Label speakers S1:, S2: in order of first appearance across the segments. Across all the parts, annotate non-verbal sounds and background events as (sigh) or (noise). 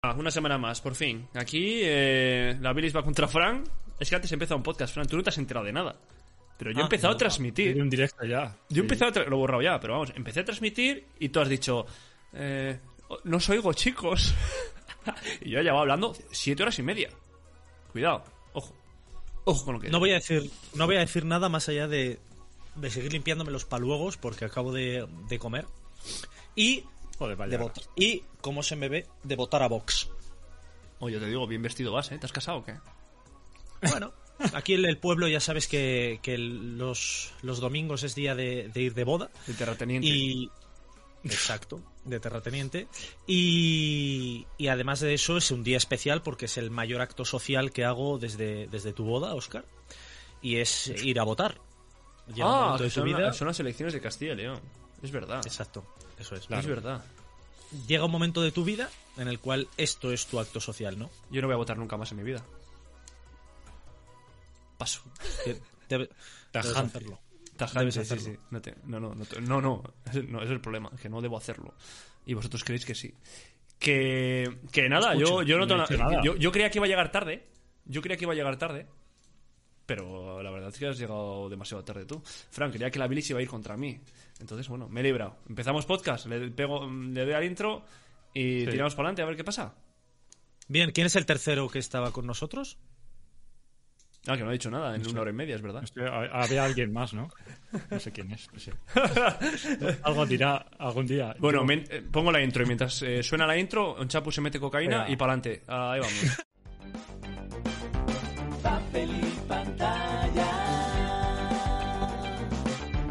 S1: Rafa, Ah, una semana más, por fin. Aquí eh, la Bilis va contra Fran. Es que antes empezado un podcast, Fran, tú no te has enterado de nada. Pero yo he
S2: Ah,
S1: empezado
S2: no,
S1: a transmitir.
S3: En directo ya.
S1: Yo empecé a... tra- Lo he borrado ya, pero vamos, empecé a transmitir y tú has dicho... Eh, no os oigo, chicos. (laughs) y yo he llevado hablando siete horas y media. Cuidado. Ojo. Ojo con lo que...
S2: No voy a decir, no voy a decir nada más allá de, de seguir limpiándome los paluegos porque acabo de, de comer. Y,
S3: Joder,
S2: de
S3: vaya.
S2: vot- y, como se me ve, de votar a Vox.
S1: Oye, Oh, te digo, bien vestido vas, ¿eh? ¿Te has casado o qué?
S2: Bueno, aquí en el pueblo ya sabes que, que el- los, los domingos es día de, de ir de boda.
S1: De terrateniente. Ah,
S2: Y. Exacto, de terrateniente. Y, y además de eso, es un día especial porque es el mayor acto social que hago desde, desde tu boda, Oscar. Y es ir a votar. Llega un
S1: ah,
S2: momento de
S1: que
S2: tu
S1: son,
S2: vida-
S1: son las elecciones de Castilla y León. Es verdad.
S2: Exacto, eso es.
S1: Es verdad.
S2: Llega un momento de tu vida en el cual esto es tu acto social, ¿no?
S1: Yo no voy a votar nunca más en mi vida. Paso.
S2: Que debe- debes
S3: Tajante.
S2: hacerlo.
S1: Tajante,
S2: Debes
S1: sí,
S2: hacerlo.
S1: sí. No, te- no, no, no, te- no, no, ese no, ese es el problema, que no debo hacerlo. Y vosotros creéis que sí. Que, que nada, yo,
S3: Escucho,
S1: yo, no
S3: no he
S1: noto
S3: dicho
S1: na-
S3: nada.
S1: yo, yo creía que iba a llegar tarde. Yo creía que iba a llegar tarde. Pero la verdad es que has llegado demasiado tarde tú. Frank, creía que la bilis iba a ir contra mí. Entonces, bueno, me he librado. Empezamos podcast, le, pego, le doy al intro y tiramos para adelante a ver qué pasa.
S2: Bien, ¿quién es el tercero que estaba con nosotros?
S1: Ah, que no ha dicho nada en una hora y media, es verdad.
S3: Es que ha- Había alguien más, ¿no? No sé quién es. no (laughs) sé. Algo dirá algún día.
S1: Bueno,
S3: Yo-
S1: men- eh, pongo la intro y mientras eh, suena la intro, un chapu se mete cocaína
S3: Venga.
S1: y para adelante. ahí vamos.
S4: papel y pantalla.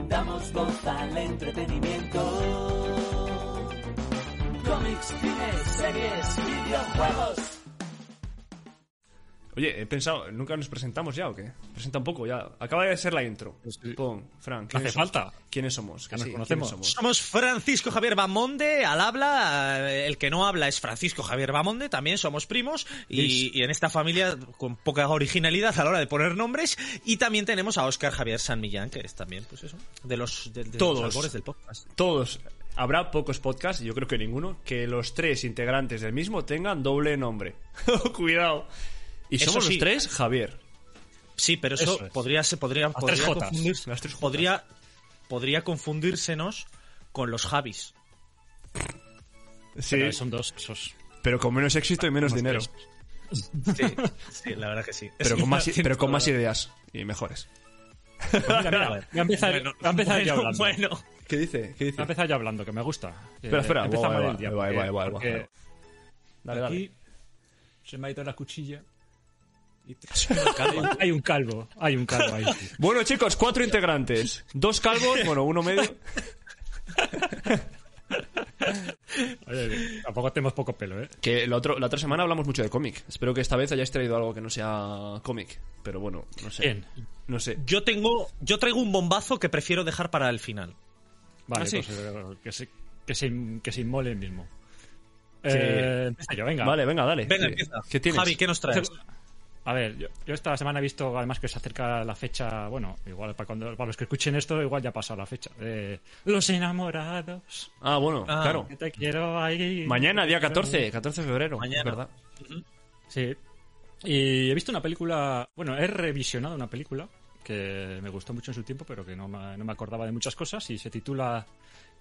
S4: Damos voz al entretenimiento. Cómics, cines, series, videojuegos.
S1: Oye, he pensado, ¿nunca nos presentamos ya o qué? Presenta un poco ya. Acaba de ser la intro.
S3: Pues sí.
S1: Pon, Frank.
S3: Hace
S1: somos?
S3: falta.
S1: ¿Quiénes somos?
S3: Ya nos
S1: ¿quiénes
S3: conocemos.
S1: somos?
S2: Somos Francisco Javier Bamonde, al habla, eh, el que no habla es Francisco Javier Bamonde, también somos primos y, y en esta familia con poca originalidad a la hora de poner nombres y también tenemos a Óscar Javier San Millán, que es también, pues eso, de los, de, de los
S1: Todos.
S2: albores del podcast.
S1: Todos. Habrá pocos podcasts, yo creo que ninguno, que los tres integrantes del mismo tengan doble nombre. (laughs) Cuidado. Y
S2: Eso
S1: somos los
S2: sí.
S1: tres, Javier.
S2: Sí, pero eso,
S3: Eso es.
S2: podría ser, podría, podría
S3: tres Jotas.
S2: confundirse-
S1: Las tres Jotas.
S2: podría, podría confundírsenos con los Javis.
S1: Sí,
S3: Pero
S1: pero,
S3: son dos
S1: (laughs)
S3: esos.
S1: con menos éxito y menos
S3: Somos
S1: dinero.
S3: tres.
S2: Sí, sí, la verdad que sí.
S1: Pero con, más, i-
S2: Tienes
S1: pero con
S2: toda
S1: más
S2: la-
S1: ideas y mejores.
S3: Mira, mira, voy a empezar,
S2: Bueno,
S3: voy a empezar ya
S2: bueno,
S3: hablando.
S2: bueno.
S1: ¿Qué dice? ¿Qué
S3: Voy a empezar ya hablando, que me gusta. Eh,
S1: Espera, espera,
S3: Empieza
S1: va, va,
S3: mal
S1: va,
S3: el día,
S1: va, va,
S3: porque-
S1: va, va,
S3: porque
S1: va. Dale, dale.
S3: aquí se me ha ido la cuchilla. y te- (laughs) hay un calvo, hay un calvo (laughs) ahí. sí.
S1: Bueno, chicos, cuatro integrantes. Dos calvos, bueno, uno medio.
S3: Oye, Eh, tampoco tenemos poco pelo, ¿eh?
S1: Que la, otro- la otra semana hablamos mucho de cómic. Espero que esta vez hayáis traído algo que no sea cómic. Pero bueno, no sé.
S3: Bien.
S1: No sé.
S2: Yo tengo, yo traigo un bombazo que prefiero dejar para el final.
S3: Vale,
S1: Ah, sí.
S3: pues, eh, que, se, que, se, in- que se inmole el mismo.
S1: Sí.
S3: Eh, empieza yo, venga.
S1: Vale, venga, dale.
S2: Venga,
S1: Sí.
S2: empieza.
S1: ¿Qué tienes?
S2: Javi, ¿qué nos traes?
S3: A ver, yo, yo esta semana he visto además que se acerca la fecha, bueno, igual para, cuando, para los que escuchen esto, igual ya pasa la fecha. de los enamorados,
S1: Ah, bueno,
S2: Ah.
S1: claro.
S3: que te quiero ahí.
S1: Mañana, día 14, 14 de febrero.
S2: Mañana.
S1: es
S2: (laughs)
S1: ¿verdad?
S3: Sí. Y he visto una película, bueno, he revisionado una película que me gustó mucho en su tiempo, pero que no me, no me acordaba de muchas cosas y se titula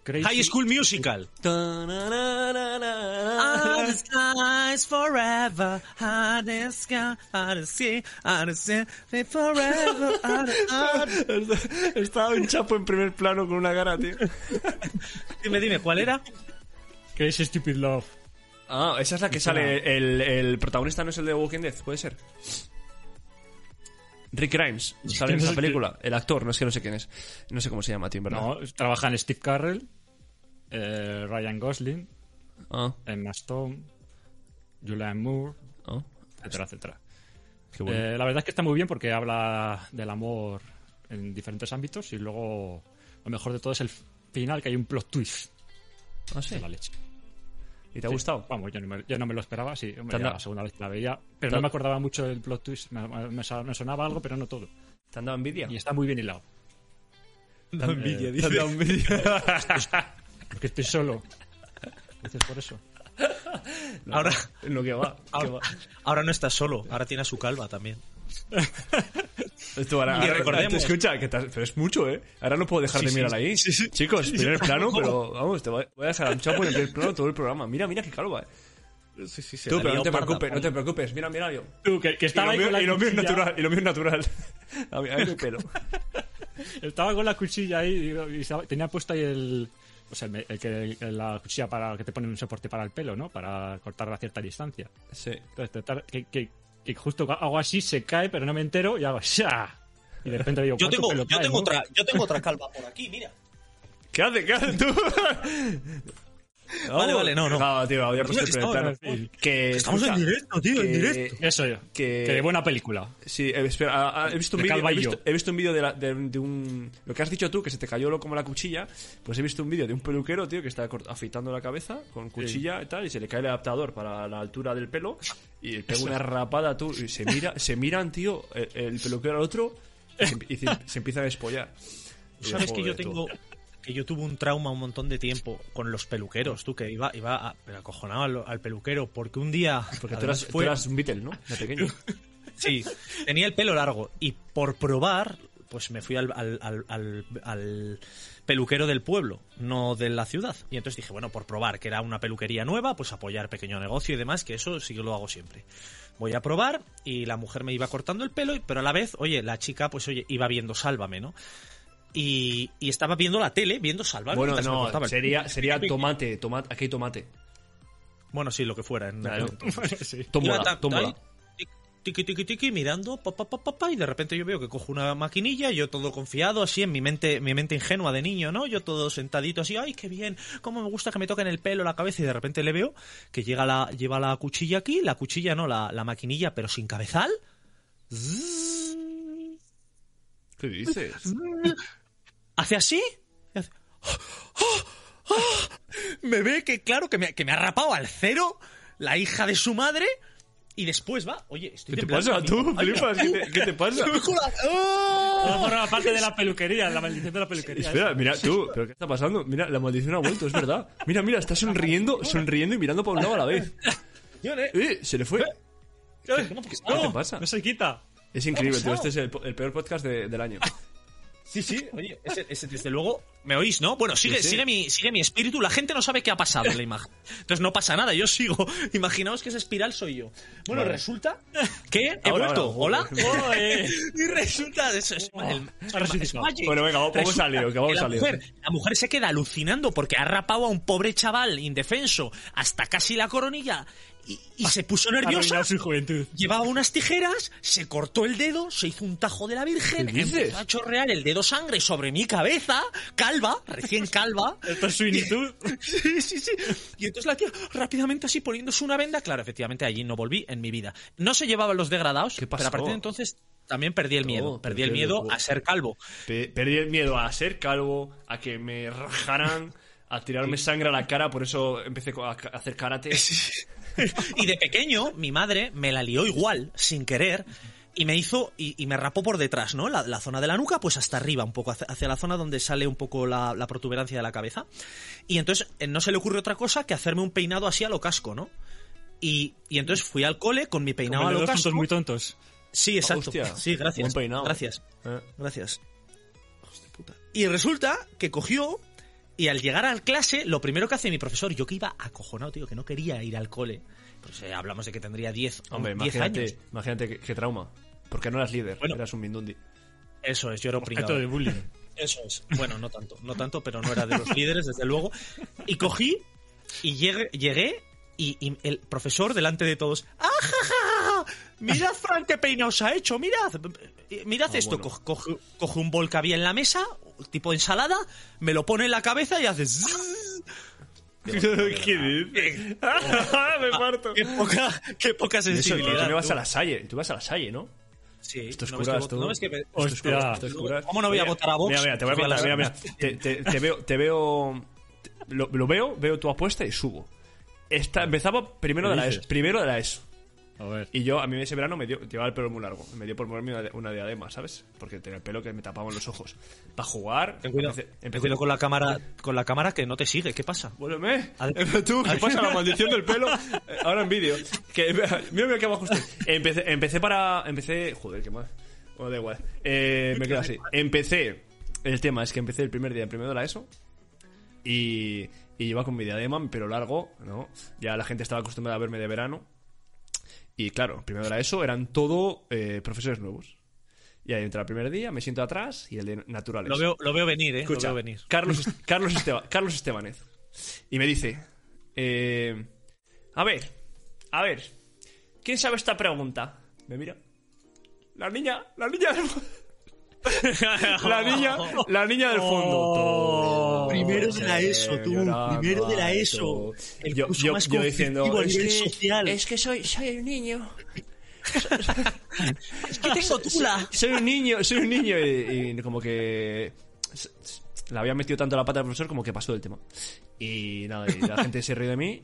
S3: Crazy.
S2: High School Musical. Ah, the sky is forever, ah, the sky, ah, the sea, ah, the sea, be forever, ah, the- ah.
S1: Estaba un chapo en primer plano con una cara, tío.
S2: Dime, dime, ¿cuál era?
S3: Crazy Stupid Love.
S1: Ah, esa es la que sale. El, el protagonista no es el de Walking Dead, puede ser. Rick Grimes sale
S2: (laughs)
S1: en
S3: No sé
S1: esa
S3: qué-
S1: película. El actor, no es que no sé quién es. No sé cómo se llama, tío, en ¿verdad?
S3: No, trabajan Steve Carrell, eh, Ryan Gosling,
S1: Ah,
S3: Emma Stone, Julianne Moore,
S1: ah,
S3: etcétera, etcétera.
S1: qué bueno.
S3: Eh, la verdad es que está muy bien porque habla del amor en diferentes ámbitos y luego lo mejor de todo es el final, que hay un plot twist
S1: Ah, sí.
S3: de la leche.
S1: ¿Y te ha gustado?
S3: Vamos, yo no me, yo no me lo esperaba, sí. hombre,
S1: Te
S3: ya
S1: anda-
S3: la segunda vez que la veía, pero
S1: Te-
S3: no me acordaba mucho del plot twist. Me, me sa- me sonaba algo, pero no todo.
S1: ¿Te han dado envidia?
S3: Y está muy bien hilado.
S2: No,
S1: (laughs)
S2: envidia,
S1: ¿Te han dado envidia?
S3: Porque estoy solo. Entonces, por eso.
S1: No,
S2: Ahora-
S1: No, que va. que
S2: Ahora,
S1: va.
S2: ahora no estás solo, ahora tiene a su calva también.
S1: Esto (laughs) ahora,
S2: Y
S1: ahora-
S2: recordemos-
S1: te escucha, que te- pero es mucho, ¿eh? Ahora no puedo dejar
S2: Sí,
S1: de
S2: sí,
S1: mirar ahí.
S2: sí, sí.
S1: Chicos, primer (laughs) plano, pero vamos, te voy voy a salanchar por el primer plano todo el programa. Mira, mira qué calva, ¿eh?
S2: Sí, sí, sí.
S1: Tú, pero no te preocupes, no te preocupes. Mira, mira yo.
S3: Tú, que, que
S1: Y lo,
S3: estaba ahí con
S1: mío,
S3: la
S1: y lo mío es
S3: cuchilla-
S1: natural, y lo mío es natural. (laughs) A mí, a mí me pelo.
S3: Estaba con la cuchilla ahí digo, y estaba- tenía puesto ahí el. O sea, el, el que- el- la cuchilla para que te pone un soporte para el pelo, ¿no? Para cortar a cierta distancia.
S1: Sí.
S3: Entonces, tratar- que, que- que justo hago así, se cae, pero no me entero y hago ¡sha! Y de repente digo,
S2: Yo
S3: "¿Cuánto
S2: tengo,
S3: pelo
S2: yo,
S3: cae,
S2: tengo
S3: no?".
S2: otra, yo tengo otra calva por aquí, mira.
S1: ¿Qué haces? ¿Qué haces tú?
S2: Vale, vale, no, no.
S1: No, Pues tío, había puesto el
S2: Estamos-
S1: primer plano. Que,
S2: Estamos en
S1: escucha,
S2: directo, tío, en
S1: que-
S2: directo.
S3: Eso yo.
S1: Que-
S3: Que... de buena película.
S1: Sí, eh, espera, ah, ah, he visto un
S3: De
S1: vídeo. He
S3: Calvaillo.
S1: visto, he visto un vídeo de, la- de- de un. Lo que has dicho tú, que se te cayó lo como la cuchilla. Pues he visto un vídeo de un peluquero, tío, que está cort- afeitando la cabeza con cuchilla y tal, y se le cae el adaptador para la altura del pelo. Y le pega una rapada, tú. Y se, mira, se miran, tío, el, el peluquero al otro. Y se, y se- se empiezan a despollar. Y
S2: Tú (laughs) sabes
S1: joder,
S2: que yo
S1: tú.
S2: tengo que yo tuve un trauma un montón de tiempo con los peluqueros, tú que iba iba a- pero acojonado al, al peluquero porque un día
S1: Porque tú
S2: además
S1: eras, tú
S2: fue-
S1: eras un Beatle, ¿no? De pequeño.
S2: (laughs) sí, tenía el pelo largo y por probar pues me fui al, al- al- al- al peluquero del pueblo, no de la ciudad. Y entonces dije, bueno, por probar, que era una peluquería nueva, pues apoyar pequeño negocio y demás, que eso sí que lo hago siempre. Voy a probar y la mujer me iba cortando el pelo, pero a la vez, oye, la chica, pues oye, iba viendo Sálvame, ¿no? Y, y estaba viendo la tele, viendo Sálvame.
S1: Bueno,
S2: mientras me cortaba
S1: no,
S2: el
S1: sería,
S2: pelo. (laughs)
S1: sería tomate, tomate. Aquí hay tomate.
S2: Bueno, sí, lo que fuera. en-
S1: Claro.
S3: sí.
S2: Iba
S1: Tómbola,
S2: ta-
S1: tómbola.
S2: ahí, tic- Tiqui, tiqui, tiqui, mirando, pa, pa, pa, pa, pa, y de repente yo veo que cojo una maquinilla, yo todo confiado, así en mi mente, mi mente ingenua de niño, ¿no? Yo todo sentadito así, ay, qué bien, cómo me gusta que me toquen el pelo, la cabeza, y de repente le veo que llega la, lleva la cuchilla aquí, la cuchilla no, la, la maquinilla, pero sin cabezal.
S1: ¿Qué
S2: (laughs)
S1: dices?
S2: hace así. y hace, ¡Ah! ¡Ah! ¡Ah! Me ve que, claro, que me, que me ha rapado al cero la hija de su madre. Y después va, oye, estoy
S1: ¿Qué te
S2: temblando,
S1: pasa? (laughs)
S2: mi
S1: ¿Tú
S2: compañera.
S1: flipas? ¿Qué te, qué te pasa?
S2: Me jura- ¡Ah!
S3: Todo forma parte de la peluquería, la maldición de la peluquería.
S1: Espera, mira, tú, ¿pero qué está pasando? Mira, la maldición ha vuelto, es verdad. Mira, mira, está sonriendo, sonriendo y mirando para un lado a la vez.
S2: (laughs) Yo, ¿eh?
S1: Eh, se le fue.
S2: ¿Qué me ha
S1: ¿Qué
S2: pasado?
S1: te pasa?
S3: No se quita.
S1: Es increíble, tío. Este
S2: pasado?
S1: es el, po- el peor podcast de- del año.
S2: Sí, sí, oye, ese, ese, desde luego. ¿Me oís, no? Bueno, sigue,
S1: Sí, sí.
S2: Sigue, mi, sigue mi espíritu, la gente no sabe qué ha pasado en la imagen. Entonces no pasa nada, yo sigo. (laughs) Imaginaos que esa espiral soy yo. Bueno,
S1: Vale.
S2: resulta que he
S1: Ahora,
S2: vuelto.
S1: ahora, (laughs)
S2: ¿Hola?
S1: joder.
S3: ¡Oye!
S2: Y resulta eso. Es, el-
S3: Ha resucitado.
S2: Magic.
S1: Bueno, venga, vamos
S2: Resulta
S1: al lío, que vamos
S2: la
S1: al lío.
S2: mujer- la mujer se queda alucinando porque ha rapado a un pobre chaval indefenso hasta casi la coronilla y, y
S1: Ah,
S2: se puso
S3: Ha
S2: nerviosa.
S3: arruinado su juventud.
S2: Llevaba unas tijeras, se cortó el dedo, se hizo un tajo de la Virgen,
S1: ¿Qué dices?
S2: empezó a chorrear el dedo sangre sobre mi cabeza, calva,
S1: (laughs)
S2: recién calva.
S3: Esto es su initud.
S2: (laughs) Sí, sí, sí. Y entonces la tía rápidamente así poniéndose una venda. Claro, efectivamente allí no volví en mi vida. No se llevaban los degradados,
S1: ¿Qué
S2: pero
S1: pasó? Oh,
S2: a partir de entonces también perdí el miedo.
S1: No,
S2: perdí el
S1: pero qué
S2: miedo
S1: locura.
S2: a ser calvo.
S1: (laughs) Pe- Perdí el miedo a ser calvo, a que me rajaran, a tirarme sangre a la cara, por eso empecé co- a ca- a hacer (laughs) karate.
S2: Y de pequeño, mi madre me la lió igual, sin querer, y me hizo, y, y me rapó por detrás, ¿no? La, la zona de la nuca, pues hasta arriba, un poco, hacia, hacia la zona donde sale un poco la, la protuberancia de la cabeza. Y entonces eh, no se le ocurre otra cosa que hacerme un peinado así a lo casco, ¿no? Y, y entonces fui al cole con mi peinado
S3: Como
S2: a
S3: el
S2: lo
S3: de dos
S2: casco.
S3: tontos muy tontos.
S2: Sí, exacto.
S1: Hostia,
S2: sí, gracias.
S1: buen peinado.
S2: Gracias.
S1: Eh,
S2: Gracias. Hijos de puta. Y resulta que cogió y al llegar al clase, lo primero que hace mi profesor, yo que iba acojonado, tío, que no quería ir al cole. Pues eh, hablamos de que tendría 10
S1: Hombre,
S2: 10 años.
S1: imagínate, imagínate qué, qué trauma. Porque no eras líder,
S2: Bueno.
S1: eras un mindundi.
S2: Eso es, yo era un
S3: Objeto
S2: pringado.
S3: de bullying.
S2: Eso es. Bueno, no tanto, no tanto, pero no era de los líderes, desde luego. Y cogí y llegué, llegué y, y el profesor delante de todos. ¡Ah, ja, ja, ja, ja! Mirad, Frank, qué peinado se ha hecho, mirad. Eh, Mirad
S1: Ah,
S2: esto.
S1: bueno.
S2: Co- Coge, coge un bol que había en la mesa, tipo ensalada, me lo pone en la cabeza y hace. zzzz.
S1: ¿Qué dices? (laughs) me parto.
S2: Qué poca, qué poca
S1: Y Eso, pero
S2: sensibilidad.
S1: tú me vas
S2: tú.
S1: a la Salle, tú vas a la Salle, ¿no?
S2: Sí,
S1: Estos
S2: ¿no ves que
S1: curas,
S2: vo-
S1: tú.
S2: no ves que me-
S1: Estos
S3: Hostia.
S1: curas, estos curas.
S2: ¿Cómo no voy a
S1: Mira,
S2: votar a Vox?
S1: Mira, mira, te voy a
S2: Voy a
S1: contar, mira,
S2: la-
S1: mira. Te, te- te veo, te veo... te- lo, lo veo, veo tu apuesta y subo. Esta, empezaba primero
S3: ¿Qué
S1: de, la
S3: dices?
S1: ESO, primero de la ESO.
S3: A ver.
S1: Y yo, a mí ese verano me dio, llevaba el pelo muy largo, me dio por ponerme una, una diadema, ¿sabes? Porque tenía el pelo que me tapaban los ojos. Para jugar,
S2: Ten cuidado,
S1: empecé-
S2: ten
S1: empecé-
S2: cuidado con la cámara, con la cámara que no te sigue. ¿Qué pasa?
S1: Vuélveme.
S2: Ad-
S1: Eh, (laughs) Tú, ¿qué
S2: Ad-
S1: pasa? La maldición del pelo. Eh, Ahora en vídeo. Que, (laughs) mira, mira qué abajo estoy. Empecé, empecé para. Empecé. Joder, qué mal. Bueno, da igual. Eh, me quedo así. Empecé. El tema es que empecé el primer día en primero de la ESO. Y. Y iba con mi diadema, mi pelo largo, ¿no? Ya la gente estaba acostumbrada a verme de verano. Y claro, primero de la ESO eran todo eh, profesores nuevos. Y ahí entra el primer día, me siento atrás y el de naturales.
S2: Lo veo, lo veo venir, eh.
S1: Escucha,
S2: lo veo venir. (laughs)
S1: Carlos, Est- Carlos, Esteba- Carlos Estebanez. Y me dice, eh, a ver, a ver, ¿quién sabe esta pregunta? Me mira. La niña, la niña del
S2: (laughs)
S1: fo- La niña, la niña del fondo.
S2: Oh.
S1: Todo.
S5: Primero de la ESO, tú.
S1: Llorando,
S5: Primero de la
S1: ay,
S5: ESO.
S1: todo.
S5: El
S1: Yo,
S5: curso
S1: yo-
S5: más
S1: yo diciendo,
S5: conflictivo a
S1: es
S5: nivel
S1: que-
S5: social.
S1: es que soy, soy un niño.
S5: Es que tengo tula.
S1: soy un niño, soy un niño. Y, y como que. s- s- La había metido tanto a la pata al profesor como que pasó del tema. Y nada, y la gente se rió de mí.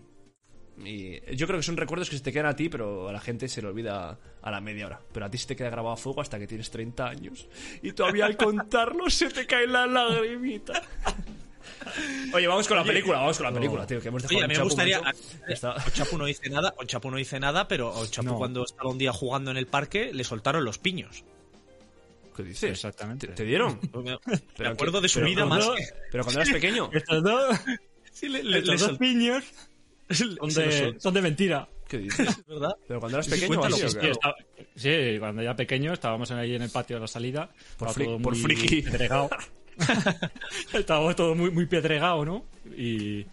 S1: Y yo creo que son recuerdos que se te quedan a ti, pero a la gente se le olvida a la media hora. Pero a ti se te queda grabado a fuego hasta que tienes 30 años. Y todavía al contarlo se te cae la lagrimita. Oye, vamos con la película, vamos con la película, tío. Que hemos dejado
S2: Oye, a
S1: un
S2: mí me
S1: chapo
S2: gustaría.
S1: mucho. Está-
S2: Onchapu no dice nada, Onchapu no dice nada, pero Onchapu
S3: No.
S2: cuando estaba un día jugando en el parque le soltaron los piños.
S1: ¿Qué dices?
S3: Exactamente.
S1: ¿Te, te dieron?
S2: Me
S1: Pero
S2: acuerdo
S1: que-
S2: de su
S1: pero
S2: vida más
S1: cuando-
S2: que.
S1: Pero cuando eras pequeño.
S3: Estos dos,
S2: Sí, le- le- le
S3: estos dos
S2: soltaron-
S3: piños son
S2: se los
S3: de,
S2: soltaron,
S3: son de mentira.
S1: ¿Qué dices?
S2: ¿verdad?
S1: Pero cuando eras
S2: Sí, sí,
S1: pequeño,
S2: cuéntalo,
S1: así,
S2: sí,
S1: ¿o
S3: Sí,
S1: qué?
S3: estaba- sí, cuando ya pequeño estábamos en- ahí en el patio de la salida.
S1: Por
S3: estaba
S1: fri-
S3: todo
S1: por
S3: muy
S1: friki.
S2: (laughs)
S3: (laughs) Pedregado. Estábamos todo muy, muy pedregado, ¿no? Y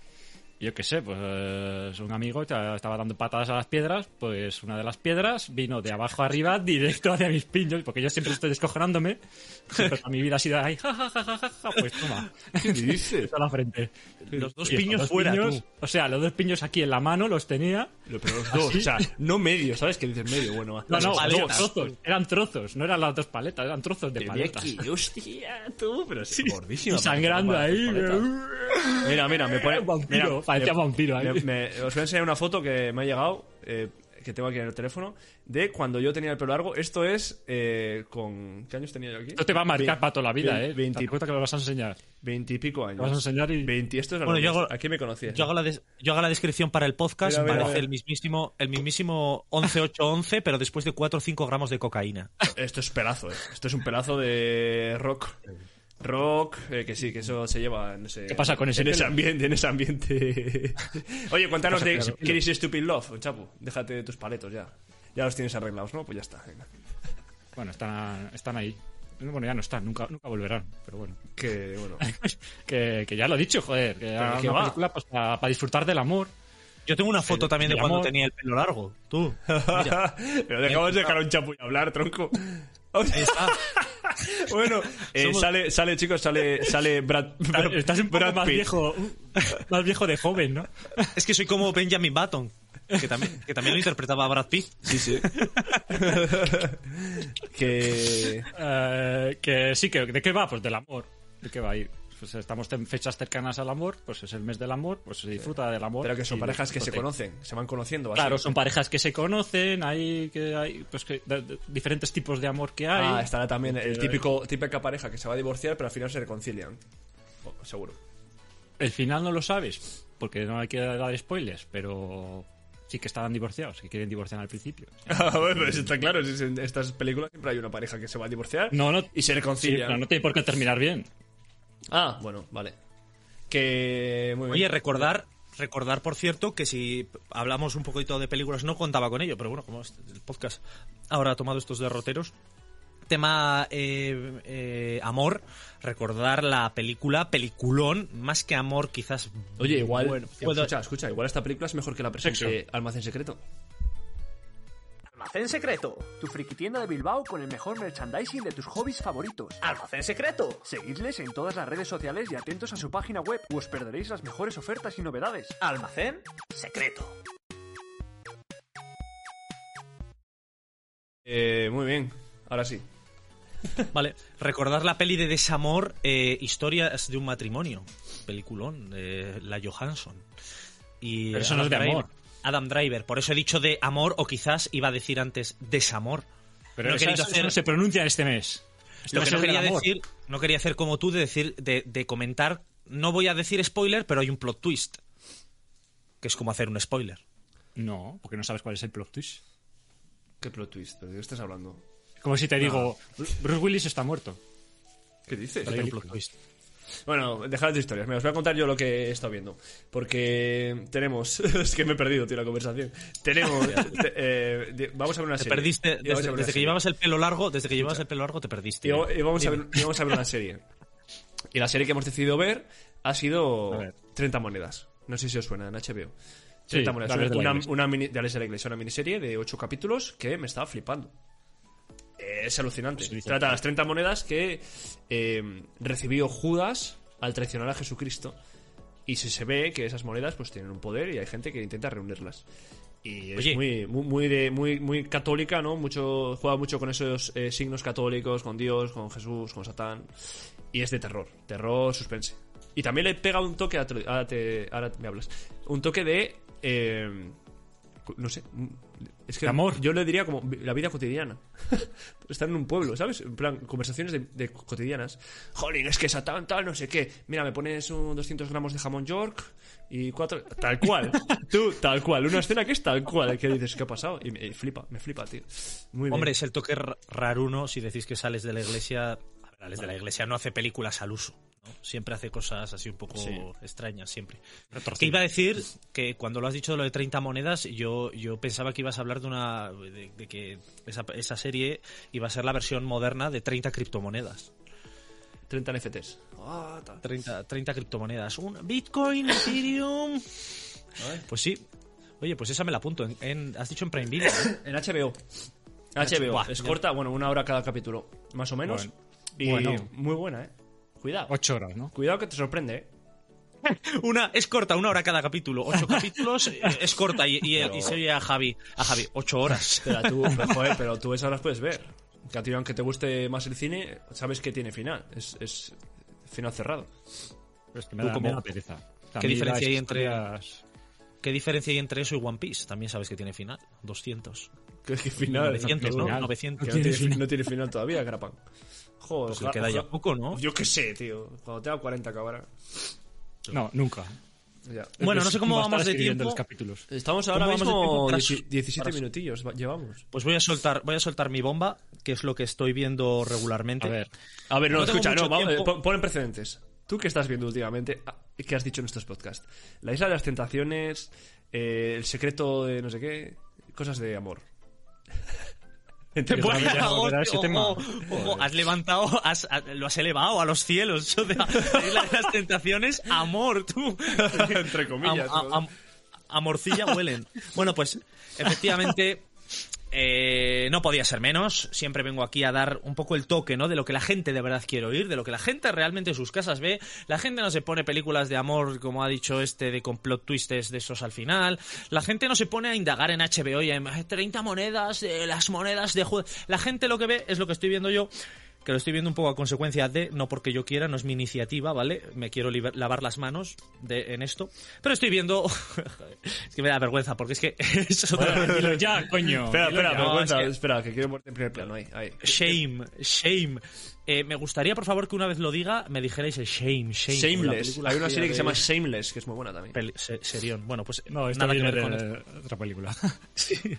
S3: yo qué sé, pues eh, un amigo ta- estaba dando patadas a las piedras, pues una de las piedras vino de abajo arriba directo hacia mis piños, porque yo siempre estoy descojonándome. Siempre toda mi vida ha sido ahí, ja, ja, ja, ja, ja, ja, pues toma, (laughs)
S1: ¿Qué dices?
S3: a la frente.
S2: Los dos
S3: Y esos
S2: piños
S3: dos
S2: fuera,
S3: piños,
S2: tú.
S3: O sea, los dos piños aquí en la mano los tenía.
S1: Lo- Pero los dos,
S3: ¿Así?
S1: o sea, no medio, ¿sabes? Que dices medio, bueno, va.
S3: No,
S1: Las
S3: no,
S1: paletas.
S3: dos trozos. Eran trozos, no eran las dos paletas, eran trozos de
S1: Te vi
S3: paletas.
S1: aquí, hostia, tú, pero sí, gordísima.
S3: Y sangrando
S1: parece,
S3: ahí.
S1: parece paleta. Mira, mira, me pone.
S3: Vampiro,
S1: mira,
S3: parecía
S1: me-
S3: vampiro ahí.
S1: me- me- os voy a enseñar una foto que me ha llegado, eh, que tengo aquí en el teléfono, de cuando yo tenía el pelo largo. Esto es eh, con. ¿Qué años tenía yo aquí?
S3: Esto te va a marcar para toda la vida,
S1: Ve-
S3: ¿eh?
S1: veinti-
S3: Te cuenta que lo vas a enseñar.
S1: Veintipico años.
S3: Te vas a enseñar y-
S1: Veinti, esto es
S2: Bueno, yo
S1: algo-
S2: hago-
S1: Aquí me conocías.
S2: Yo hago, la des- yo hago la descripción para el podcast,
S1: Mira, mira,
S2: parece
S1: mira.
S2: el mismísimo, el mismísimo 11811, pero después de 4 o 5 gramos de cocaína.
S1: Esto es pelazo, eh. Esto es un pelazo de rock. Rock, eh, que sí, que eso se lleva en ese,
S3: ¿Qué pasa con ese
S1: en ese
S3: pelo?
S1: ambiente. En ese ambiente. (laughs) Oye, cuéntanos de
S3: con ese pelo?
S1: Crazy Stupid Love, chapu. Déjate de tus paletos ya. Ya los tienes arreglados, ¿no? Pues ya está. venga.
S3: Bueno, están, están ahí. Bueno, ya no están, nunca, nunca volverán, pero bueno. (laughs)
S1: Que bueno.
S3: que, que ya lo he dicho, joder. Que era
S1: que
S3: una
S1: va.
S3: película pues, para disfrutar del amor.
S2: Yo tengo una foto también de
S3: el
S2: cuando
S3: amor-
S2: tenía el pelo largo.
S1: (laughs)
S2: Tú.
S1: Pero te acabas de dejar a un chapu y hablar, tronco. (laughs)
S2: Ahí está.
S1: bueno, eh,
S2: Somos-
S1: sale, sale, chicos, sale, sale Brad, Brad-
S3: Estás un poco
S1: Brad
S3: más
S1: Pitt.
S3: viejo, uh, más viejo de joven, ¿no?
S2: (laughs) Es que soy como Benjamin Button, que también, que también lo interpretaba Brad Pitt.
S1: Sí, sí. (laughs) que.
S3: Eh, que sí, que ¿de qué va? Pues del amor. ¿De qué va a ir? Pues estamos en fechas cercanas al amor, pues es el mes del amor, pues se disfruta del amor.
S1: Pero que son
S3: y-
S1: parejas que se
S3: disfrute.
S1: conocen, se van conociendo. así.
S3: Claro, son parejas que se conocen, hay, que hay pues que, de- de- diferentes tipos de amor que hay.
S1: Ah, estará también el típico típica pareja que se va a divorciar, pero al final se reconcilian. Oh, (laughs) seguro.
S3: El final no lo sabes, porque no hay que dar spoilers, pero sí que estaban divorciados, que quieren divorciar al principio.
S1: Ah, bueno, eso está claro, si es en estas películas siempre hay una pareja que se va a divorciar
S3: No, no,
S1: y se
S3: sí,
S1: reconcilian.
S3: no, no tiene por qué terminar bien.
S1: Ah, bueno, vale. Que muy bien.
S2: Oye, recordar, recordar por cierto que si hablamos un poquito de películas, no contaba con ello, pero bueno, como este- el podcast ahora ha tomado estos derroteros. Tema eh, eh, amor, recordar la película, peliculón, más que amor, quizás.
S1: Oye, igual.
S2: Bueno,
S1: eh,
S2: puedo-
S1: Escucha, escucha, igual esta película es mejor que la presente eh, Almacén Secreto.
S6: Almacén Secreto.
S4: Tu friki tienda de Bilbao con el mejor merchandising de tus hobbies favoritos.
S6: Almacén Secreto.
S4: Seguidles en todas las redes sociales y atentos a su página web, o os perderéis las mejores ofertas y novedades.
S6: Almacén Secreto.
S1: Eh, muy bien, ahora sí.
S2: Vale, recordar la peli de desamor, eh, historias de un matrimonio, peliculón, de la Johansson. Y
S3: Pero eso no es de
S2: Alan Grant.
S3: amor.
S2: Adam Driver. Por eso he dicho de amor, o quizás iba a decir antes desamor.
S3: Pero
S2: No he
S3: esa-
S2: querido
S3: eso
S2: hacer-
S3: no se pronuncia este mes. Este
S2: Lo
S3: mes
S2: que no
S3: es del
S2: quería
S3: amor.
S2: decir, no quería hacer como tú de decir, de, de comentar. No voy a decir spoiler, pero hay un plot twist. Que es como hacer un spoiler.
S3: No, porque no sabes cuál es el plot twist.
S1: ¿Qué plot twist? ¿De qué estás hablando?
S3: Como si te digo, Bruce Willis está muerto.
S1: ¿Qué dices?
S3: Hay un
S1: Película.
S3: plot twist.
S1: Bueno, dejad de historias. Mira, os voy a contar yo lo que he estado viendo. Porque tenemos. (laughs) es que me he perdido, tío, la conversación.
S3: (laughs)
S1: Tenemos. te- eh, de- vamos a ver una
S2: Te
S1: serie.
S2: perdiste.
S1: Y vamos a
S2: Desde,
S1: ver una
S2: desde que
S1: serie.
S2: llevabas el pelo largo, desde que llevabas el pelo largo te perdiste.
S1: Y, va- y vamos a ver, y vamos a ver una serie. Y la serie que hemos decidido ver ha sido
S3: A ver.
S1: 30 monedas. No sé si os suena en HBO.
S3: Sí,
S1: 30 monedas.
S3: de Alex de la
S1: Una,
S3: Iglesia.
S1: una mini, de Alex de la Iglesia, una miniserie de 8 capítulos que me estaba flipando. Eh, Es alucinante.
S3: Sí, sí.
S1: Trata las 30 monedas que eh, recibió Judas al traicionar a Jesucristo. Y se, se ve que esas monedas pues tienen un poder y hay gente que intenta reunirlas. Y es
S2: Oye.
S1: muy, muy, muy, de- muy, muy católica, ¿no? Mucho, juega mucho con esos eh, signos católicos, con Dios, con Jesús, con Satán. Y es de terror, terror, suspense. Y también le pega un toque, a, tro- ahora, te- ahora me hablas, un toque de... eh, cu- no sé, mm, es que
S3: De amor.
S1: yo le diría como vi- la vida cotidiana. (laughs) Estar en un pueblo, ¿sabes? En plan, conversaciones de, de cotidianas. Jolín, es que Satán tal, no sé qué. Mira, me pones un 200 gramos de jamón York y cuatro... Tal cual. Tú, tal cual. Una escena que es tal cual. Que dices, ¿qué ha pasado? Y me y flipa, me flipa, tío. Muy bien.
S2: Hombre, es el toque ra- raruno si decís que sales de la iglesia. A ver, Alex de la iglesia no hace películas al uso. ¿no? Siempre hace cosas así un poco
S1: Sí.
S2: extrañas, siempre. Que iba a decir que cuando lo has dicho de lo de 30 monedas, yo, yo pensaba que ibas a hablar de una. de, de que esa, esa serie iba a ser la versión moderna de 30 criptomonedas.
S1: 30 NFTs. Ah, tal.
S2: 30, 30 criptomonedas. Un Bitcoin, Ethereum. Pues sí. Oye, pues esa me la apunto. En, en- has dicho en Prime Video. ¿no?
S1: En HBO. HBO.
S2: Buah,
S1: es
S2: ya.
S1: corta, bueno, una hora cada capítulo, más o menos.
S3: Bueno.
S1: Y
S3: Bueno.
S1: muy buena, ¿eh? Cuidado.
S3: Ocho horas, ¿no?
S1: Cuidado que te sorprende, ¿eh?
S2: Una, es corta, una hora cada capítulo.
S1: (laughs)
S2: Ocho capítulos, eh, es corta. Y, y- y se oye a Javi, a Javi, ocho horas.
S1: Pero
S2: (laughs)
S1: tú, pero, joder, pero tú esas las puedes ver. Que a ti, aunque te guste más el cine, sabes que tiene final. Es, es final cerrado. (laughs)
S3: Pero es que me
S1: Tú
S3: da,
S1: como-
S3: me da pereza. O sea,
S2: ¿Qué
S3: a mí
S2: diferencia
S3: las
S2: hay entre-
S3: historias-
S2: ¿Qué diferencia hay entre eso y One Piece? También sabes que tiene final. 200.
S1: Que es que final.
S2: 900,
S1: no,
S2: ¿no?
S1: tiene-
S3: final.
S2: 900.
S1: que no tiene, fin- no tiene final todavía, Grapan. Joder,
S2: Pues le
S1: ojalá-
S2: queda ya
S1: ojalá-
S2: poco, ¿no?
S1: Yo qué sé, tío. Cuando tenga 40 acabará.
S3: No, nunca.
S1: Ya.
S2: Bueno,
S3: Es
S2: no sé cómo
S3: va a estar
S2: vamos de
S3: escribiendo
S2: tiempo.
S3: los capítulos.
S1: Estamos
S2: ¿Cómo
S1: ahora
S2: vamos de
S1: mismo
S2: tiempo? Tras-
S1: 17 17
S2: tras-
S1: minutillos, va- llevamos.
S2: Pues voy a soltar, voy a soltar mi bomba, que es lo que estoy viendo regularmente.
S3: A ver,
S1: A ver, no,
S2: No tengo
S1: escucha,
S2: mucho
S1: no, vamos,
S2: tiempo.
S1: eh, pon- ponen precedentes. ¿Tú qué estás viendo últimamente? Ah, ¿Qué has dicho en estos podcasts? La isla de las tentaciones, eh, el secreto de no sé qué, cosas de amor. Entiendo.
S3: Bueno, ya no volverá ese
S2: ojo,
S3: tema.
S2: ojo, has levantado, has- has- lo has elevado a los cielos. (laughs) Eso de la isla de las tentaciones, amor, tú.
S1: (laughs) Entre comillas,
S2: Am-
S1: ¿no?
S2: am- a morcilla huelen. Bueno, pues efectivamente eh, no podía ser menos. Siempre vengo aquí a dar un poco el toque, ¿no? De lo que la gente de verdad quiere oír, de lo que la gente realmente en sus casas ve. La gente no se pone películas de amor, como ha dicho este, de complot twists de esos al final. La gente no se pone a indagar en HBO y en "Ay, 30 monedas, eh, las monedas de Judas. La gente lo que ve es lo que estoy viendo yo. Que lo estoy viendo un poco a consecuencia de, no porque yo quiera, no es mi iniciativa, ¿vale? Me quiero liber- lavar las manos de, en esto. Pero estoy viendo. (laughs) es que me da vergüenza, porque es que (laughs) es otra
S3: dilo ya,
S2: (laughs)
S3: coño.
S1: Espera,
S3: dilo
S1: espera,
S3: ya.
S1: pero
S2: no,
S1: cuenta,
S2: es que-
S1: espera, que quiero muerte en primer plano. Ahí, ahí.
S2: Shame, shame. Eh, me gustaría, por favor, que una vez lo diga, me dijerais el shame, shame. como la
S1: Shameless.
S2: película
S1: Hay una serie que se llama
S2: de-
S1: Shameless, que es muy buena también.
S2: Peli- se- serión. Bueno, pues
S3: No, esto
S2: nada que
S3: viene
S2: ver con
S3: de
S2: esto.
S3: otra
S2: (laughs)
S3: película. (laughs)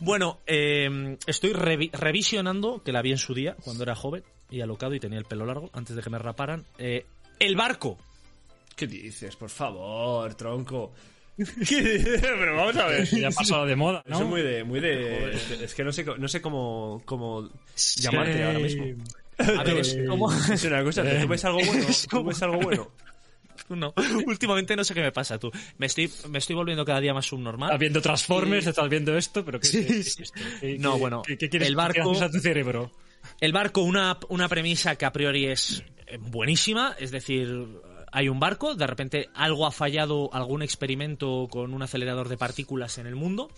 S2: Bueno, eh, estoy revi- revisionando, que la vi en su día, cuando era joven y alocado y tenía el pelo largo, antes de que me raparan. eh, el barco.
S1: ¿Qué dices? Por favor, tronco. ¿Qué dices? pero vamos a ver.
S3: ya ha pasado de moda, ¿no?
S1: Eso es muy de. Muy de es, que, es que no sé, co- no sé cómo, cómo llamarte ahora
S3: Eh,
S1: mismo.
S2: A ver, es como...
S1: Es una cosa, tú ves algo bueno, tú ves algo bueno.
S2: (laughs) No, últimamente no sé qué me pasa, tú. Me estoy, me estoy volviendo cada día más subnormal.
S3: Estás viendo Transformers, estás viendo esto, pero ¿qué,
S2: Sí,
S3: qué-
S2: sí.
S3: qué- qué-
S2: No,
S3: qué-
S2: bueno,
S3: qué, qué quieres
S2: el barco-
S3: qué haces a tu cerebro?
S2: El barco, una, una premisa que a priori es eh, buenísima, es decir, hay un barco, de repente algo ha fallado, algún experimento con un acelerador de partículas en el mundo,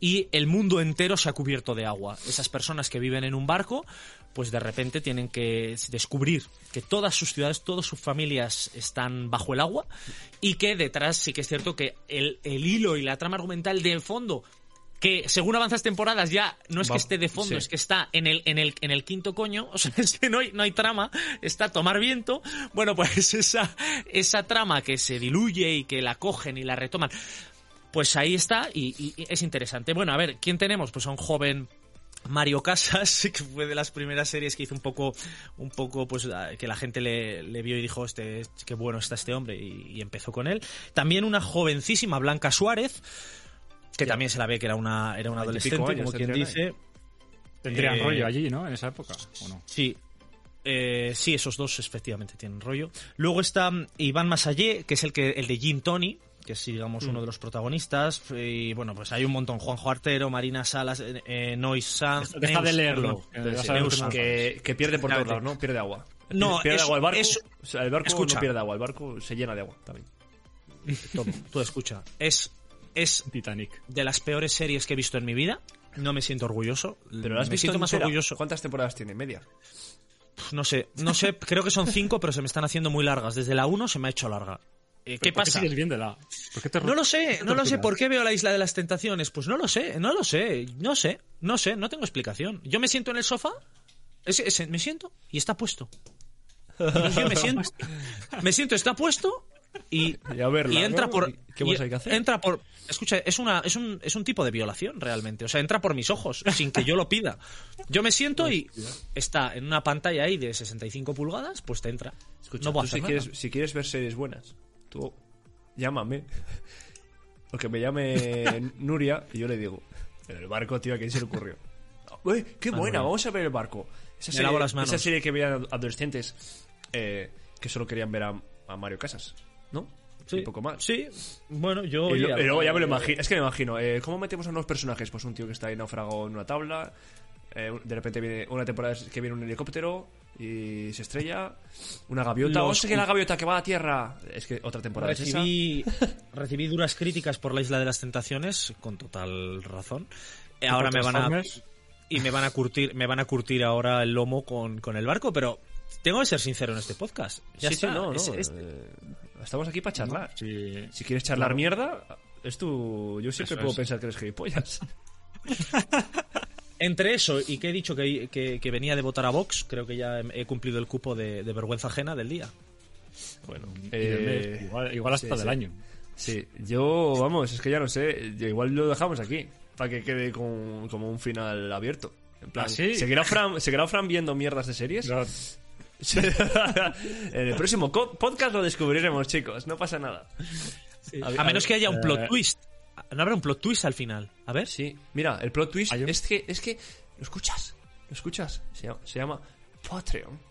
S2: y el mundo entero se ha cubierto de agua. Esas personas que viven en un barco, pues de repente tienen que descubrir que todas sus ciudades, todas sus familias están bajo el agua y que detrás sí que es cierto que el, el hilo y la trama argumental del fondo que según avanzas temporadas ya no es
S1: Va-
S2: que esté de fondo,
S1: sí.
S2: es que está en el, en el, en el quinto coño, (laughs) o sea, es que no hay, no hay trama, está tomar viento. Bueno, pues (laughs) esa, esa trama que se diluye y que la cogen y la retoman, pues ahí está y, y- y es interesante. Bueno, a ver, ¿quién tenemos? Pues a un joven Mario Casas, (laughs) que fue de las primeras series que hizo un poco, un poco, pues a- que la gente le, le vio y dijo, este, qué bueno está este hombre, y, y empezó con él. También una jovencísima Blanca Suárez, que también se la ve que era una, era una
S1: Veintipico
S2: adolescente,
S1: años
S2: como quien
S1: tendría
S2: dice.
S3: Tendrían
S2: Eh,
S3: rollo allí, ¿no? En esa época, ¿o no?
S2: Sí. Eh, sí, esos dos efectivamente tienen rollo. Luego está mm, Iván Masallé, que es el que el de Jim Tony, que es digamos uno de los protagonistas. Y bueno, pues hay un montón. Juanjo Artero, Marina Salas, eh, eh, Nois Sanz.
S3: Deja de
S2: Neus,
S3: leerlo.
S2: perdón.
S3: que ya
S2: Sí,
S3: sabemos
S2: Neus
S3: que no-
S2: Sanz.
S1: Que, que pierde por todos lados, ¿no? Pierde agua.
S2: Ah, No,
S1: pierde
S2: es-
S1: agua el barco.
S2: es-
S1: o sea, el barco
S2: escucha.
S1: no pierde agua, el barco se llena de agua también.
S2: Todo, todo escucha. Es, es
S3: Titanic.
S2: de las peores series que he visto en mi vida. No me siento orgulloso.
S1: Pero lo has
S2: me
S1: visto
S2: siento más
S1: entera?
S2: orgulloso.
S1: ¿Cuántas temporadas tiene? Media.
S2: Pf, No sé, no sé, creo que son cinco, pero se me están haciendo muy largas. Desde la 1 se me ha hecho larga. Eh, ¿Qué
S3: ¿Pero por
S2: pasa?
S3: sigues viéndola? ¿Por qué te
S2: No lo sé, no lo sé.
S3: torturas?
S2: ¿Por qué veo la isla de las tentaciones? Pues no lo sé, no lo sé, no sé, no sé, no tengo explicación. Yo me siento en el sofá, ese- ese- me siento y está puesto. Yo me siento, me siento, está puesto y,
S1: Y a verla,
S2: y entra
S1: ¿no?
S2: por.
S1: ¿Qué
S2: y
S1: más hay que hacer?
S2: Entra por. Escucha, es, una, es, un, es un tipo de violación realmente. O sea, entra por mis ojos sin que yo lo pida. Yo me siento y está en una pantalla ahí de 65 pulgadas, pues te entra.
S1: Escucha,
S2: no puedo
S1: tú
S2: hacer
S1: si,
S2: nada.
S1: quieres, si quieres ver series buenas, tú llámame. (laughs) O que me
S2: (laughs)
S1: llame Nuria y yo le digo, pero el barco, tío, ¿a quién se le ocurrió? "Eh, ¡Qué buena!
S2: bueno.
S1: Vamos a ver el barco. Esa
S2: Ah, Me lavo las manos.
S1: esa serie que veían adolescentes eh, que solo querían ver a, a Mario Casas, ¿no?
S2: Sí.
S1: Un poco más.
S2: Sí, bueno, yo.
S1: Y, lo-
S2: oye, pues-
S1: y luego ya me lo imagino. Es que me imagino, eh, ¿cómo metemos a nuevos personajes? Pues un tío que está ahí naufragado en una tabla. eh, de repente viene una temporada que viene un helicóptero y se estrella. Una gaviota.
S2: Los-
S1: ¡Oh, sí que la gaviota que va a tierra! Es que otra temporada es esa.
S2: recibí, (laughs) recibí duras críticas por la Isla de las Tentaciones, con total razón. Eh, Ahora me van a
S3: Transformers.
S2: y me van a curtir, me van a curtir ahora el lomo con, con el barco, pero tengo que ser sincero en este podcast. Ya
S1: sí, sí,
S2: está.
S1: no, no.
S2: Es- es-
S1: eh, estamos aquí para charlar.
S3: Sí.
S1: Si quieres charlar mierda, es tu. Yo siempre
S2: Eso
S1: puedo
S2: es.
S1: pensar que eres gilipollas.
S2: Entre eso y que he dicho que, que- que venía de votar a Vox, creo que ya he he cumplido el cupo de, de vergüenza ajena del día.
S1: Bueno,
S3: Y del
S1: eh,
S3: mes, igual, igual hasta
S1: sí,
S3: del
S1: sí.
S3: año.
S1: Sí, yo, vamos, es que ya no sé, yo igual lo dejamos aquí, para que quede con, como un final abierto. En plan,
S3: ¿Ah, sí?
S1: ¿seguirá, Fran, ¿seguirá Fran viendo mierdas de series? (laughs) en el próximo co- podcast lo descubriremos, chicos, no pasa nada.
S2: A menos que haya un
S3: eh,
S2: plot twist. No habrá un plot twist al final. A ver.
S1: Sí, mira, el plot twist
S3: Hay un-
S1: es que, es que, ¿lo escuchas? ¿Lo escuchas? Se llama, se llama Patreon.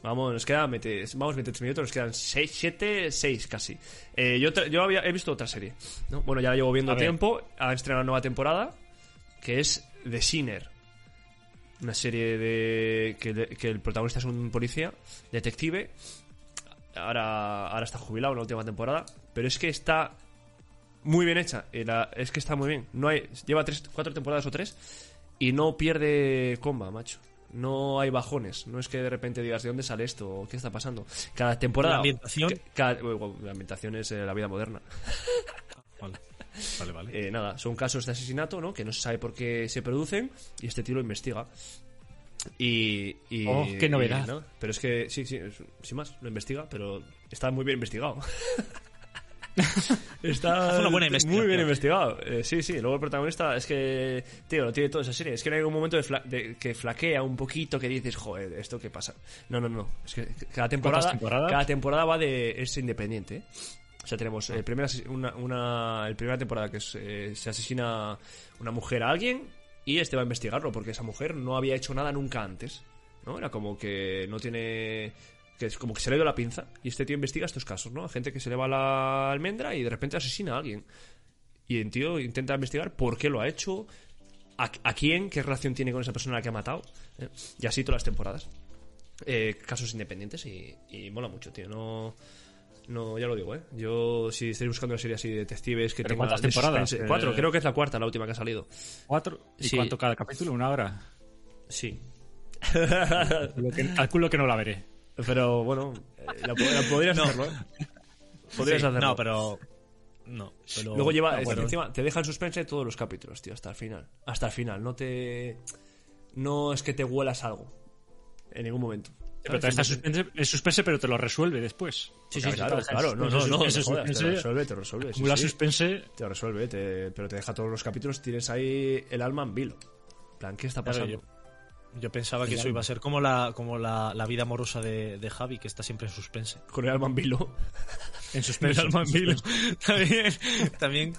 S1: Vamos, nos quedan 20 vamos 23 minutos, nos quedan 6, 7, 6 casi. Eh, yo tra- yo había, he visto otra serie. ¿no? Bueno, ya la llevo viendo
S3: A ver.
S1: tiempo. Ha estrenado una nueva temporada que es The Sinner. Una serie de que, de- que el protagonista es un policía, detective. Ahora, ahora está jubilado en la última temporada. Pero es que está muy bien hecha. Y la- es que está muy bien. No hay, lleva tres, cuatro temporadas o tres y no pierde comba, macho. No hay bajones. No es que de repente digas de dónde sale esto o qué está pasando. Cada temporada.
S2: ¿La ambientación?
S1: ca- cada- bueno, la ambientación es eh, la vida moderna.
S2: Vale, vale. vale.
S1: Eh, nada, son casos de asesinato, ¿no? Que no se sabe por qué se producen y este tío lo investiga. Y, y-
S3: Oh, qué
S1: y,
S3: novedad.
S1: ¿no? Pero es que, sí, sí, es- sin más, lo investiga, pero está muy bien
S2: (laughs)
S1: investigado. (laughs) está
S2: Hace una buena investigación.
S1: muy bien investigado. Eh, sí, sí, luego el protagonista es que, tío, lo tiene toda esa serie. Es que no hay un momento de fla- de- que flaquea un poquito que dices, joder, ¿esto qué pasa? No, no, no. Es que cada temporada,
S3: temporadas?
S1: cada temporada va de... es independiente, ¿eh? O sea, tenemos eh, primera, ases- una, una- el primera temporada que es, eh, se asesina una mujer a alguien y este va a investigarlo porque esa mujer no había hecho nada nunca antes. ¿no? ¿no? Era como que no tiene... Que es como que se le dio la pinza. Y este tío investiga estos casos, ¿no? Gente que se le va la almendra y de repente asesina a alguien. Y el tío intenta investigar por qué lo ha hecho, a, a quién, qué relación tiene con esa persona a la que ha matado. ¿eh? Y así todas las temporadas. Eh, casos independientes y, y mola mucho, tío. No, no, ya lo digo, ¿eh? Yo, si estáis buscando una serie así de detectives que
S3: ¿Pero
S1: tenga
S3: cuántas
S1: de
S3: temporadas?
S1: suspense- Cuatro,
S3: Eh,
S1: creo que es la cuarta, la última que ha salido.
S3: ¿Cuatro? ¿Y
S1: Sí.
S3: cuánto cada capítulo? ¿Una hora?
S1: Sí.
S3: Calculo que- Calculo que no la veré.
S1: Pero bueno, eh, la, po- la podrías hacerlo, ¿eh? Podrías
S2: Sí,
S1: hacerlo.
S2: No, pero. No, pero-
S1: Luego lleva,
S2: no,
S1: es-
S2: bueno.
S1: encima, te deja en suspense todos los capítulos, tío, hasta el final. Hasta el final, no te. No es que te huelas algo. En ningún momento.
S3: Pero
S1: ¿Sabes?
S3: te está suspense, es suspense, pero te lo resuelve después.
S1: Sí, sí,
S3: Porque a
S1: claro,
S3: veces
S1: claro. No, no,
S3: suspense,
S1: no, te
S3: suspense,
S1: jodas, te
S3: suspense,
S1: resuelve, te resuelve. sí,
S3: acumula
S1: sí.
S3: suspense.
S1: Te lo resuelve, te- pero te deja todos los capítulos, tienes ahí el alma en vilo. En plan, ¿qué está
S3: Claro,
S1: pasando?
S2: Yo pensaba que eso iba a ser como la, como la, la vida amorosa de, de Javi, que está siempre en
S3: (laughs)
S2: suspense.
S1: Con el alma en vilo.
S3: En suspense. en suspense.
S2: también, (laughs) también,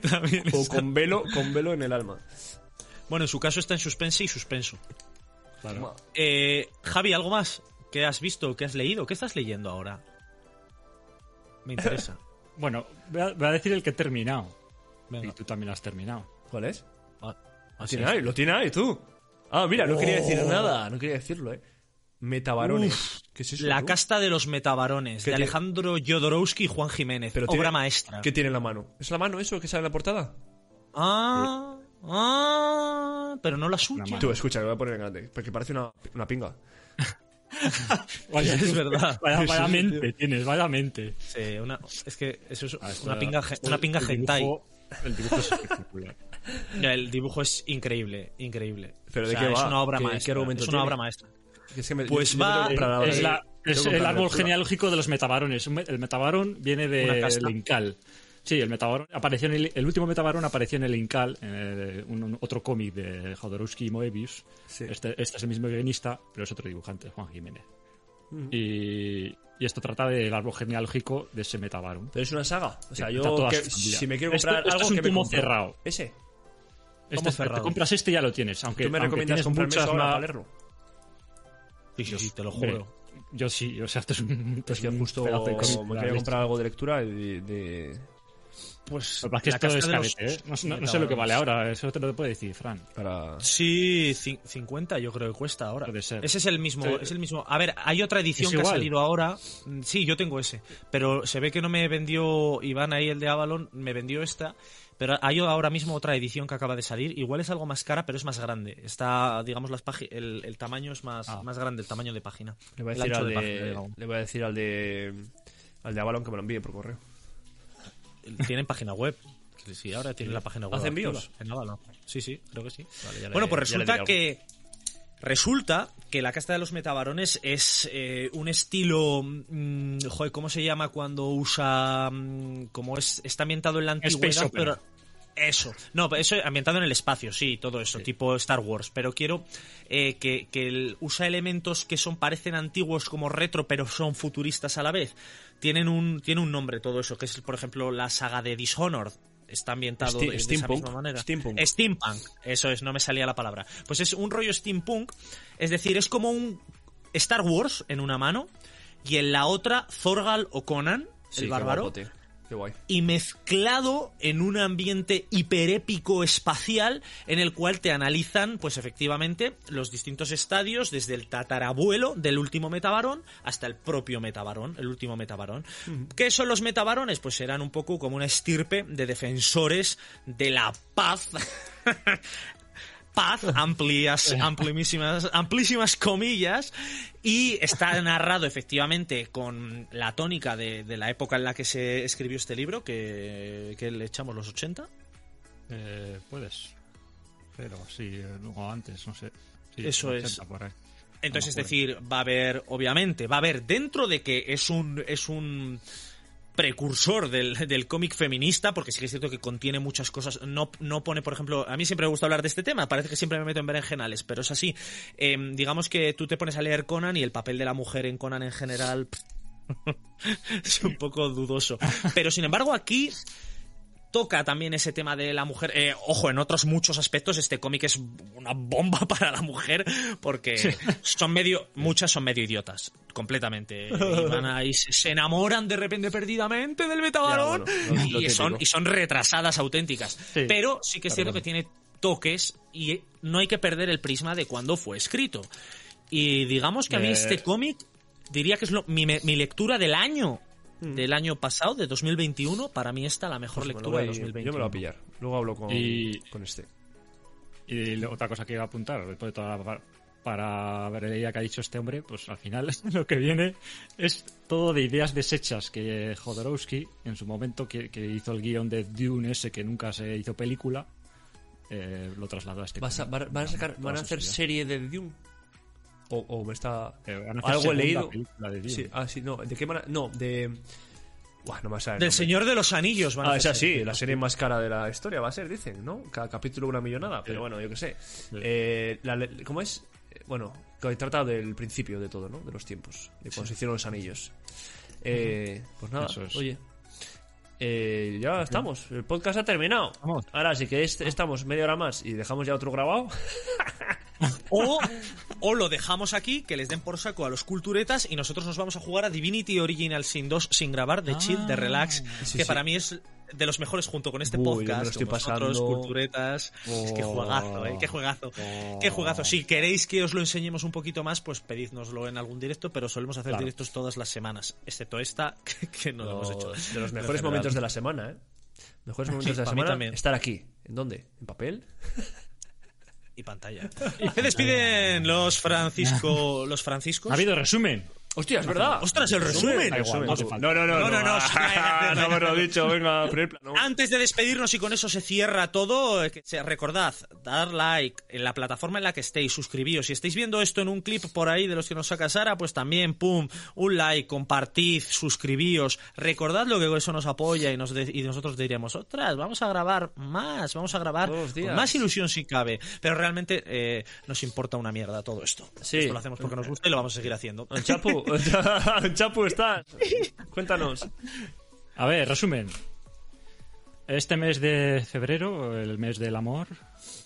S2: (laughs) también
S1: O
S2: está-
S1: con velo, con velo en el alma.
S2: Bueno, en su caso está en suspense y suspenso.
S1: Claro.
S2: Eh, Javi, ¿algo más? ¿Qué has visto? ¿Qué has leído? ¿Qué estás leyendo ahora? Me
S3: (laughs)
S2: interesa.
S3: Bueno, voy a, voy a decir el que he terminado.
S2: Venga.
S3: Y tú también lo has terminado.
S1: ¿Cuál es?
S2: Ah, ah,
S1: Lo
S2: sí.
S1: tiene ahí, lo tiene ahí, tú. Ah, mira, no quería decir nada, no quería decirlo, eh. Metabarones. ¿Qué es eso?
S2: La
S1: tú?
S2: casta de los metabarones,
S1: ¿Qué
S2: de
S1: tiene?
S2: Alejandro Jodorowsky y Juan Jiménez.
S1: Pero
S2: obra
S1: tiene-
S2: maestra.
S1: ¿Qué tiene en la mano? ¿Es la mano eso que sale en la portada?
S2: Ah, ah, pero no la suya.
S1: Tú, escucha, lo voy a poner en grande, porque parece una, una pinga. (laughs)
S3: Vaya, (laughs)
S2: Es verdad.
S3: Vaya, vaya
S1: Sí,
S3: mente tienes, vaya mente.
S2: Sí, una- es que eso es
S3: Ah, está-
S2: una pinga, gen- una pinga
S3: el
S2: hentai.
S3: dibujo- El dibujo es espectacular.
S2: Ya, el dibujo es increíble, increíble.
S1: ¿pero
S2: O
S1: de
S2: sea,
S1: qué
S2: es
S1: va?
S2: una obra
S1: ¿Qué-
S2: maestra.
S1: qué argumento
S2: es una
S1: tiene?
S2: obra maestra.
S1: Es que me-
S2: Pues
S1: yo- yo
S2: va-
S1: tengo que comprar ahora,
S3: Es,
S1: eh.
S3: la-
S1: Tengo
S3: es
S1: que
S3: el
S1: comprar
S3: árbol
S1: ahora.
S3: genealógico de los metabarones. Un me- El metabarón viene
S2: Una
S3: del
S2: casta.
S3: Incal. Sí, el metabarón apareció en el, el último metabarón apareció en el Incal, en el- un- un- otro cómic de Jodorowsky y Moebius.
S1: Sí.
S3: Este, este es el mismo guionista, pero es otro dibujante, Juan Jiménez. y, y esto trata del árbol genealógico de ese metabarón.
S1: Pero es una saga. O sea,
S3: Sí, está
S1: yo.
S3: toda
S1: que-
S3: su familia.
S1: si me quiero
S3: Esto-
S1: comprar
S3: esto
S1: algo
S3: es un
S1: que me
S3: pomo
S1: compro.
S3: cerrado.
S1: Ese.
S3: Este,
S2: cerrado.
S3: te compras este y ya lo tienes, aunque
S1: ¿Tú me
S3: aunque
S1: recomiendas
S3: tienes
S1: comprarme
S3: muchas
S1: eso ahora
S3: más-
S1: para leerlo?
S2: Sí, sí, sí, te lo
S3: Hombre,
S2: juro.
S3: Yo sí, o sea, esto es un,
S1: Es que
S3: un
S1: justo
S3: pedazo de cómic.
S1: me quería comprar algo de lectura y de, de-
S2: Pues
S3: Lo que pasa es que
S2: la
S3: esto es
S2: casta de los
S3: carete, ¿eh? No, no- no sé lo que vale ahora, eso te lo puede decir, Fran.
S1: para.
S2: Sí, cin- 50 yo creo que cuesta ahora.
S3: Puede ser.
S2: Ese es el mismo,
S3: Sí.
S2: es el mismo. A ver, hay otra edición
S3: Es
S2: que ha
S3: igual.
S2: salido ahora. Mm, Sí, yo tengo ese, pero se ve que no me vendió Iván ahí el de Avalon, me vendió esta, pero hay ahora mismo otra edición que acaba de salir, igual es algo más cara, pero es más grande. Está, digamos las pági- el, el tamaño es más
S3: Ah.
S2: más grande, el tamaño de página.
S1: Le voy a
S2: El
S1: decir
S2: ancho
S1: al
S2: de página,
S1: de.
S2: digamos.
S1: Le voy a decir al de. Al de Avalon que me lo envíe por correo.
S2: Tienen página web. Sí, ahora tienen la página web.
S1: ¿Hacen
S2: activa.
S1: envíos?
S2: En Avalon. Sí, sí, creo que sí.
S1: Vale, ya le-
S2: Bueno, pues
S1: ya le diré
S2: resulta
S1: algo.
S2: que. Resulta que la casta de los metabarones es eh, un estilo. mm, joder, ¿cómo se llama cuando usa. mm, como es, está ambientado en la
S3: Space
S2: antigüedad,
S3: opera.
S2: pero. Eso. No, pero eso ambientado en el espacio, sí, todo eso, tipo Star Wars. Pero quiero eh, que, que el- usa elementos que son parecen antiguos como retro, pero son futuristas a la vez. Tienen un, tiene un nombre todo eso, que es, por ejemplo, la saga de Dishonored. Está ambientado
S1: Ste-
S2: de- de, esa
S1: steampunk,
S2: misma manera.
S1: steampunk.
S2: Steampunk, eso es, no me salía la palabra. Pues es un rollo steampunk, es decir, es como un Star Wars en una mano y en la otra Zorgal o Conan,
S1: Sí,
S2: el
S1: qué
S2: bárbaro,
S1: guapo, tío. Qué guay.
S2: y mezclado en un ambiente hiperépico espacial en el cual te analizan, pues efectivamente, los distintos estadios desde el tatarabuelo del último metabarón hasta el propio metabarón, el último metabarón. ¿Qué son los metabarones? Pues serán un poco como una estirpe de defensores de la paz. paz, amplias, amplísimas, amplísimas comillas, y está narrado efectivamente con la tónica de, de la época en la que se escribió este libro, que, que le echamos los 80.
S3: Eh, puedes. Pero sí, eh, o antes, no sé. Sí,
S2: Eso
S3: 80
S2: es.
S3: por ahí.
S2: Entonces, es
S3: No me acuerdo.
S2: decir, va a haber, obviamente, va a haber dentro de que es un es un precursor del, del cómic feminista, porque sí que es cierto que contiene muchas cosas. No, no pone, por ejemplo, a mí siempre me gusta hablar de este tema, parece que siempre me meto en berenjenales, pero es así. Eh, digamos que tú te pones a leer Conan y el papel de la mujer en Conan en (laughs) general pff, es un poco dudoso. Pero sin embargo, aquí toca también ese tema de la mujer. Eh, ojo, en otros muchos aspectos este cómic es una bomba (laughs) para la mujer porque son medio, muchas son medio idiotas,
S1: (laughs)
S2: completamente. Y van ahí, se se enamoran de repente perdidamente del beta varón
S1: Ya, bueno, lo- lo
S2: (laughs) y, son,
S1: típico.
S2: y son retrasadas auténticas.
S3: Sí.
S2: Pero sí que es cierto que tiene toques y eh, no hay que perder el prisma de cuándo fue escrito. Y digamos que a mí
S1: Eh.
S2: este cómic diría que es lo- mi, me- mi lectura del año. Del año pasado, de 2021, para mí esta la mejor
S1: Mm. Pues me lo
S2: lectura de
S1: voy-
S2: 2021.
S1: Yo me lo voy a pillar. Luego hablo con,
S3: Y-
S1: con este.
S3: Y lo- otra cosa que iba a apuntar, después de toda la par- para haber leído que ha dicho este hombre, pues al final (laughs) lo que viene es todo de ideas desechas que Jodorowsky, en su momento que, que hizo el guión de Dune ese que nunca se hizo película, eh, lo trasladó a este.
S1: Vas a-
S3: cómic.
S1: van, van a sacar,
S3: Todas
S1: van a
S3: esas
S1: hacer
S3: ideas.
S1: serie de Dune. O, o me está.
S3: Eh, van a hacer
S1: algo he
S3: segunda
S1: leído.
S3: película de Dune.
S1: Sí, ah, sí, no. ¿De qué manera? No, de. Buah, no me sale el
S2: Del
S1: nombre.
S2: Señor de los Anillos, van a
S1: Ah,
S2: hacer
S1: esa sí,
S2: serie.
S1: la serie más cara de la historia va a ser, dicen, ¿no? Cada capítulo una millonada, pero bueno, yo qué sé. Eh, la le- ¿Cómo es? Eh, Bueno, que trata del principio de todo, ¿no? De los tiempos, de cuando se hicieron los anillos. Eh, pues nada,
S3: Eso es.
S1: oye. eh, ya estamos, el podcast ha terminado.
S3: Vamos.
S1: Ahora sí que est- estamos media hora más y dejamos ya otro grabado. (laughs)
S2: O, o lo dejamos aquí, que les den por saco a los culturetas y nosotros nos vamos a jugar a Divinity Original Sin 2 sin grabar de chill, de
S1: Sí,
S2: relax, que
S1: Ah. sí.
S2: para mí es de los mejores junto con este
S1: Uy, yo me lo
S2: podcast.
S1: estoy
S2: con vosotros,
S1: pasando. Oh.
S2: culturetas. Es que juegazo, eh, qué juegazo. Qué juegazo. Si queréis que os lo enseñemos un poquito más, pues pedídnoslo en algún directo, pero solemos hacer
S3: Claro.
S2: directos todas las semanas, excepto esta (laughs) que, que no lo hemos hecho.
S1: de los mejores momentos de la semana, ¿eh? Mejores momentos de la
S2: para mí
S1: semana.
S2: también.
S1: Estar aquí. ¿En dónde? ¿En papel?
S2: y pantalla. Se despiden los Francisco, los Franciscos.
S3: Ha habido resumen.
S1: Hostia, es verdad.
S2: Ostras, el resumen.
S3: Da igual, no hace falta.
S1: No, no, no,
S2: No, no, no, (laughs)
S1: Ah,
S2: no,
S1: no me
S2: no,
S1: lo
S2: no.
S1: he dicho, venga, primer plano.
S2: Antes de despedirnos y con eso se cierra todo, eh, que se- recordad, dar like en la plataforma en la que estéis, suscribíos. Si estáis viendo esto en un clip por ahí de los que nos saca Sara, pues también, pum, un like, compartid, suscribíos. Recordad lo que eso nos apoya y, nos de- y nosotros diríamos, ostras, vamos a grabar más, vamos a grabar
S1: Todos los días.
S2: con más ilusión si cabe. Pero realmente eh, nos importa una mierda todo esto.
S1: Sí.
S2: Esto lo hacemos porque nos gusta y lo vamos a seguir haciendo.
S1: Chapu, (laughs) Chapu, estás. Cuéntanos.
S3: A ver, resumen. Este mes de febrero, el mes del amor,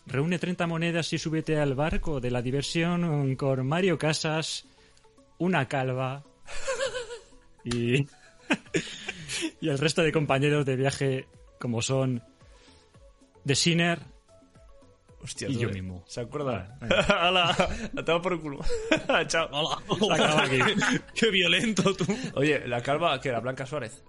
S3: reúne 30 monedas y súbete al barco de la diversión con Mario Casas, una calva y, (laughs) y el resto de compañeros de viaje como son The Sinner.
S1: Hostia,
S3: Y
S1: tú,
S3: yo
S1: eh.
S3: mismo.
S1: ¿Se acuerda? (laughs) Hala, la toma por el culo. (laughs) Chao.
S2: Hola. Qué violento tú.
S1: Oye, la calva, que era Blanca Suárez.